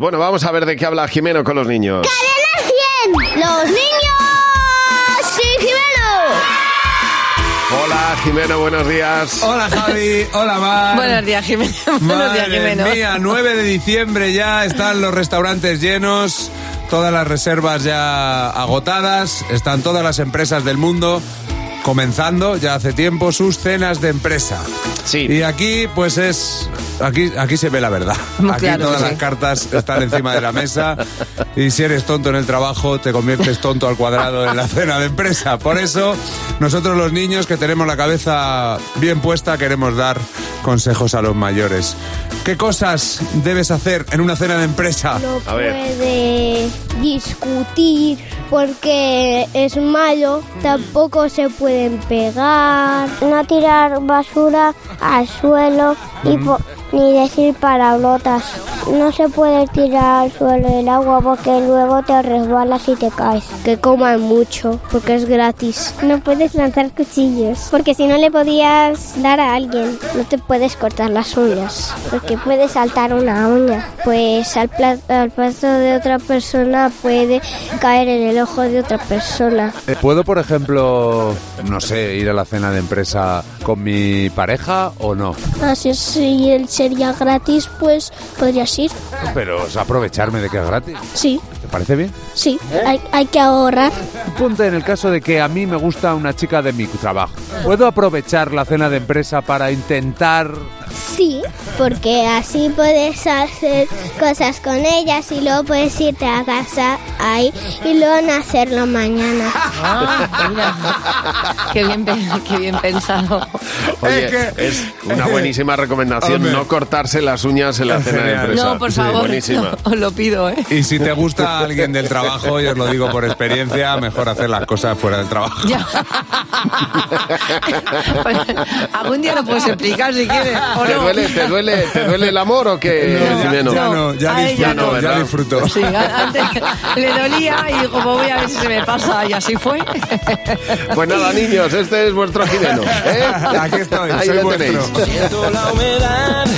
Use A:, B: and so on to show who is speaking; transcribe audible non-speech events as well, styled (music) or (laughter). A: Bueno, vamos a ver de qué habla Jimeno con los niños.
B: ¡Cadena 100! ¡Los niños! ¡Sí, Jimeno!
A: Hola, Jimeno, buenos días.
C: Hola Javi, hola Mar.
D: Buenos días, Jimeno. (laughs) Buenos días,
C: Madre
D: Jimeno.
C: mía, 9 de diciembre ya están los restaurantes llenos, todas las reservas ya agotadas, están todas las empresas del mundo comenzando ya hace tiempo sus cenas de empresa.
A: Sí.
C: Y aquí pues es aquí aquí se ve la verdad.
D: Muy
C: aquí
D: claro,
C: todas
D: sí.
C: las cartas están encima de la mesa y si eres tonto en el trabajo te conviertes tonto al cuadrado en la cena de empresa. Por eso nosotros los niños que tenemos la cabeza bien puesta queremos dar consejos a los mayores. ¿Qué cosas debes hacer en una cena de empresa?
B: No
A: A ver.
B: puede discutir porque es malo.
A: Mm.
B: Tampoco se pueden pegar. No tirar basura al suelo y
A: Mm.
B: po- ni decir palabrotas. No se puede tirar al suelo el agua porque luego te resbalas y te caes. Que coman mucho porque es gratis. No puedes lanzar cuchillos porque si no le podías dar a alguien. No te puedes cortar las uñas porque puede saltar una uña. Pues al, pla- al paso de otra persona puede caer en el ojo de otra persona.
C: Eh, ¿Puedo, por ejemplo, no sé, ir a la cena de empresa con mi pareja o no?
B: Así si él sería gratis, pues podrías ir.
C: Pero o sea, aprovecharme de que es gratis.
B: Sí,
C: ¿Te parece bien?
B: sí, hay, hay que ahorrar.
C: Ponte en el caso de que a mí me gusta una chica de mi trabajo. ¿Puedo aprovechar la cena de empresa para intentar...
B: Sí, porque así puedes hacer cosas con ellas y luego puedes irte a casa ahí y luego no hacerlo mañana.
D: Ah, mira. Qué bien, pe- qué bien pensado.
A: Oye,
C: Es que-
A: es una buenísima recomendación
C: Hombre.
A: no cortarse las uñas en la cena de
C: Genial.
A: empresa.
D: No, por
A: Sí,
D: favor,
A: buenísima.
D: os lo pido, ¿eh?
C: Y si te gusta alguien del trabajo, yo os lo digo por experiencia, mejor hacer las cosas fuera del trabajo.
D: Ya. (laughs) Pues, algún día lo puedes explicar si quieres. ¿o
A: ¿Te este
D: no?
A: duele, te, duele, ¿Te duele el amor o qué,
C: No, Eh, ya,
A: Jimeno?
C: ya no, ya
D: Ay, ya
C: disfruto,
A: no,
C: ya
A: ¿verdad?
C: disfruto.
D: Sí, a- antes le dolía y dijo, pues voy a ver si se me pasa y así fue.
A: Pues nada, niños, este es vuestro Jimeno. ¿eh?
C: (laughs) Aquí estoy,
A: Ahí
C: soy
A: lo
C: vuestro.
A: tenéis.
E: Siento la humedad